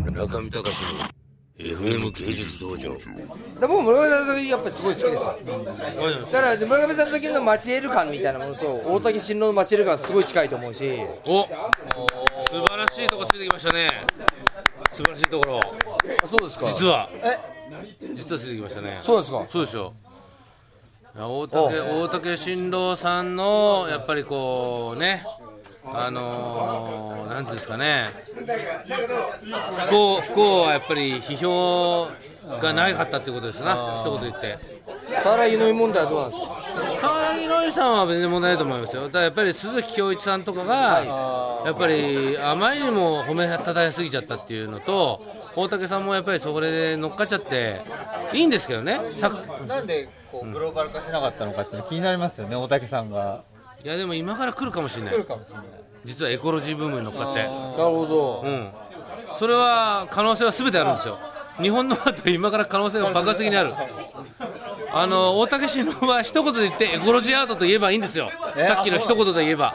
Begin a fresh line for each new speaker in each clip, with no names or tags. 村上隆の FM 芸術道場はい
で僕村上さんの作品やっぱりすごい好きですよ
はい
だから村上さんの時のマチエル感みたいなものと大竹新郎のマチエル感すごい近いと思うし
お素晴らしいとこついてきましたね素晴らしいところ
あそうですか
実は
え
実はついてきましたね
そうですか
そうですよいや大竹大竹新郎さんのやっぱりこうねあのー、なんていうんですかね不幸不幸はやっぱり批評がなかったっていうことですな一言言って
皿井の井問題はどうなんですか
沢井ロイさんは別に問題ないと思いますよ、ただやっぱり鈴木恭一さんとかが、やっぱりあまりにも褒めたたえすぎちゃったっていうのと、大竹さんもやっぱりそこで乗っかっちゃって、いいんですけどね、作
なんでこうグローバル化しなかったのかっていうの気になりますよね、大竹さんが
いやでも今から来るかもしれない
来、るかもしれない。
実はエコロジーブームに乗っかって、
なるほど
うん、それは可能性はすべてあるんですよ、日本の後、今から可能性が爆発的にある。あの大竹氏のは一言で言ってエコロジーアートと言えばいいんですよ、
え
さっきの一言で言えば、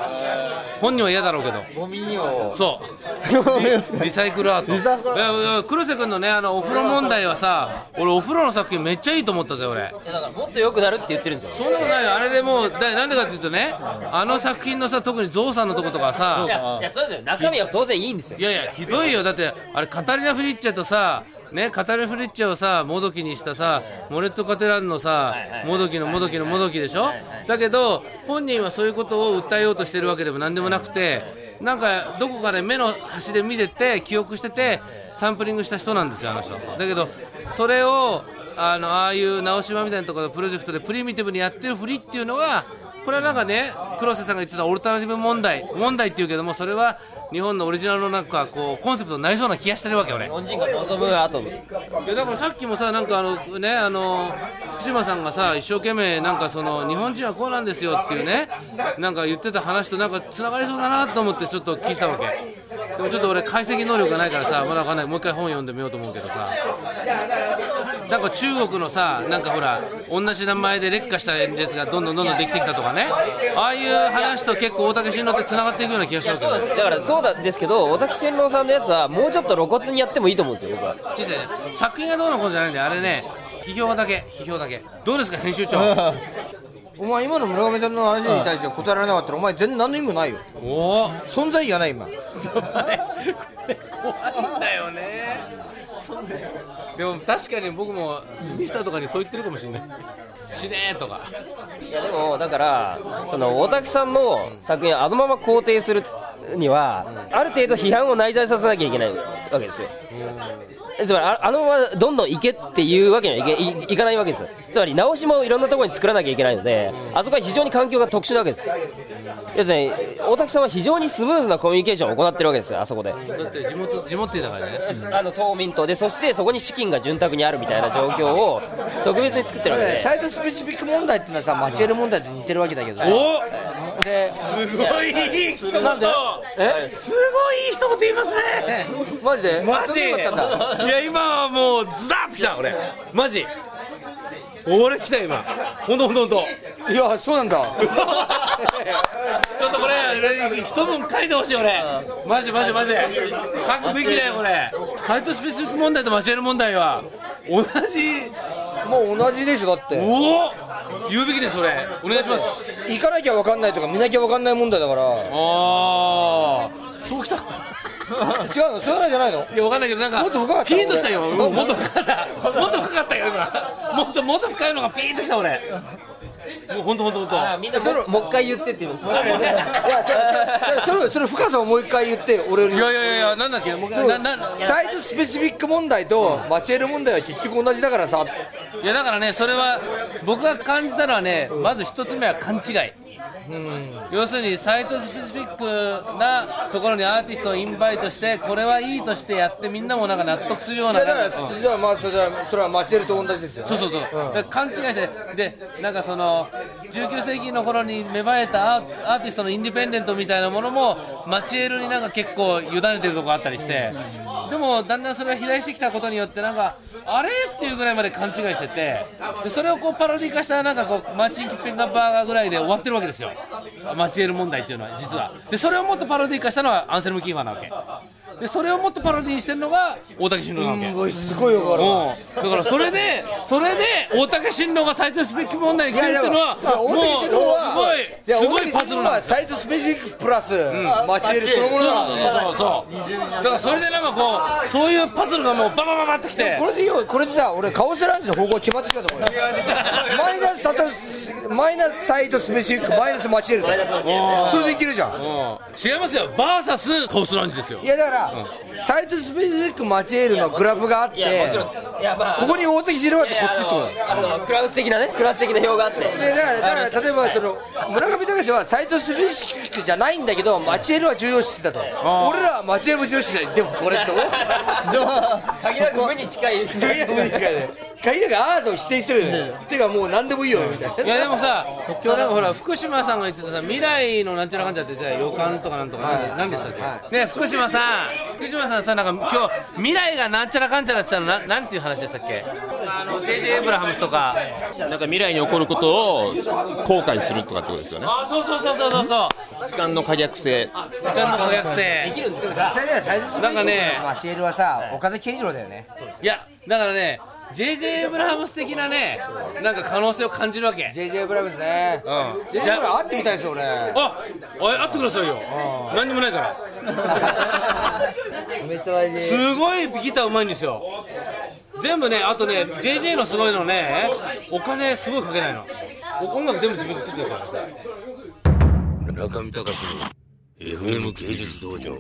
本人は嫌だろうけど。
ゴミ を
そう リサイクルアート
リサイクルアート
いやいや黒瀬君のねあのお風呂問題はさ俺お風呂の作品めっちゃいいと思ったぜ俺
いやだからもっと良くなるって言ってるんですよ
そんなことないよあれでもうだなんでかっていうとねあの作品のさ特にゾウさんのとことか
い
さ
やいやそうですよ中身は当然いいんですよ
いやいやひどいよだってあれカタリナ・フリッチェとさね、カタリナ・フリッチェをさもどきにしたさモレット・カテランのさ
いはいはい
もどきのもどきのもどきでしょ
いはい
だけど本人はそういうことを訴えようとしてるわけでも何でもなくてなんかどこかで目の端で見てて記憶しててサンプリングした人なんですよあの人だけどそれをあのああいう直島みたいなところのプロジェクトでプリミティブにやってるふりっていうのはこれはなんかね黒瀬さんが言ってたオルタナティブ問題問題っていうけどもそれは日本のオリジナルのなんかこうコンセプトになりそうな気がしてるわけよね
日本人が望むアトム
いやだからさっきもさなんかあのねあの福島さんがさ一生懸命なんかその日本人はこうなんですよっていうねなんか言ってた話となんか繋がりそうだなと思ってちょっと聞いてたわけでもちょっと俺解析能力がないからさまだわかんないもう一回本読んでみようと思うけどさなんか中国のさなんかほら同じ名前で劣化したやつがどんどんどんどんできてきたとかねああいう話と結構大竹新郎って繋がっていくような気がします
そう
よ
なんですだからそうなんですけど私新郎さんのやつはもうちょっと露骨にやってもいいと思うんですよ僕は
ちょっとね作品がどうのこうのじゃないんだよあれね批評だけ批評だけどうですか編集長
お前今の村上さんの話に対して答えられなかったらお前全然何の意味もないよ
おお
存在意義がない今
そうだねこれ怖いんだよねでも確かに僕もミスターとかにそう言ってるかもしれない死ねーとか
いやでもだからその大竹さんの作品をあのまま肯定するにはある程度批判を内在させなきゃいけないわけですよつまりああのままどんどん行けっていうわけにはいけいいかないわけですよつまり直しもいろんなところに作らなきゃいけないのであそこは非常に環境が特殊なわけです要するに大竹さんは非常にスムーズなコミュニケーションを行ってるわけですよあそこで
だって地元地元って言ったからね
あの島民とでそしてそこに資金が潤沢にあるみたいな状況を特別に作ってるわけで
サイトスペシフィック問題っていうのはさマチエル問題と似てるわけだけどさ
お
です
ごいいい一言
なんでえ
すごいいい一言言いますね
えマジで
マ
あそん
ジ
なのあったんだ
いや今はもうズダーッときた俺マジ俺来た今ほんとほんとほんと
いやそうなんだ
ちょっとこれ一文書いてほしい俺マジマジマジ書くべきだよこれサイトスペシフィック問題と間違える問題は同じ
もう同じでしょだって
おお言うべきですそれお願いします
行かなきゃ分かんないとか見なきゃ分かんない問題だから
ああそうきた
違うのそういうのじゃないの
いやわかんないけどなんか
もっと深かった
ピンときたようんもっと深かったもっと深かったよ今もっともっと深いのがピンときた俺もうほんとほんとほんと
あみんなももう一回言ってって言うんですよ
いやそそそれそれ深さをもう一回言って俺
い
に
やいやいやなんだっけもう一回なな
サイトスペシフィック問題とマチエル問題は結局同じだからさ
いやだからねそれは僕が感じたのはねまず一つ目は勘違い、要するにサイトスペシフィックなところにアーティストをインバイトしてこれはいいとしてやってみんなもなんか納得するよう
い
な
やだ
なん
か
から
じゃあまあそれはそれはマチエルと同じですよ
そうそうそう、だから勘違いしてでなんかその19世紀の頃に芽生えたアーアーティストのインディペンデントみたいなものもマチエルになんか結構委ねてるとこあったりして、でもだんだんそれが肥大してきたことによってなんかあれっていうぐらいまで勘違いしててでそれをこうパロディ化したなんかこうマーチン・キッペンガーバーガーぐらいで終わってるわけですよマチエル問題っていうのは実はでそれをもっとパロディ化したのはアンセルム・キーファーなわけでそれをもっとパロディにしてるのが大竹新郎なわけ、
ごいすごいよくわかるわ
うん、だからそれで、それで大竹新郎が最低スペック問題に来てるっていうのは、
いや
もう
大竹のは
すごい、すごいパズルなんですよ。
サイトスペシフィックプラス、マチエルそのもの
そう
だからね
そうそうそうだからそれでなんかこうそういうパズルがもうババババってきて
これでよこれでさ俺カオスランチの方向決まってきたと思うよマイナスサトスマイナスサイトスペシフィックマイナスマチエルとそれでいけるじゃん
うん違いますよバーサスコースランチですよ
いやだから、サイトスペシフィックマチエールのグラフがあって、
いやまあ
ここに大竹次郎ってこっちってことだよ。
あのクラウス的なねクラウス的な表があって
でだからだから例えばその村上隆はサイトスペシフィックじゃないんだけど、マチエールは重要視してたと、俺らはマチエールも重要視しない、でもこれって、
限りなく無に近い
限りなく無理しかね、限りなくアートを否定してるよね、てかもう何でもいいよみたい
い
な。
やでもさ今日なんかほら福島さんが言ってたさ未来のなんちゃらかんちゃらってじゃあ予感とかなんとかなんで何でしたっけ、ね福島さん福島さんさなんか今日未来がなんちゃらかんちゃらって言ったのななんていう話でしたっけあの JJ エブラハムスとか
なんか未来に起こることを後悔するとかってことですよね。
あそうそうそうそうそうそう
時間の可逆性。
時間の500性
実際にはサイトスペシフィ
なんか
ッ
ね
クマチエールはさ、岡田健次郎だよね。
いやだからね JJ エブラハムス的なねなんか可能性を感じるわけ
JJ ブラウスね。
うん
JJ ブラウス会ってみたいですよ、俺。
あおい会ってくださいよ何にもないから
めっちゃ大事。
すごいギターうまいんですよ全部ねあとね JJ のすごいのねお金すごいかけないのお音楽全部自分で作ってるから
村上隆の FM 芸術道場。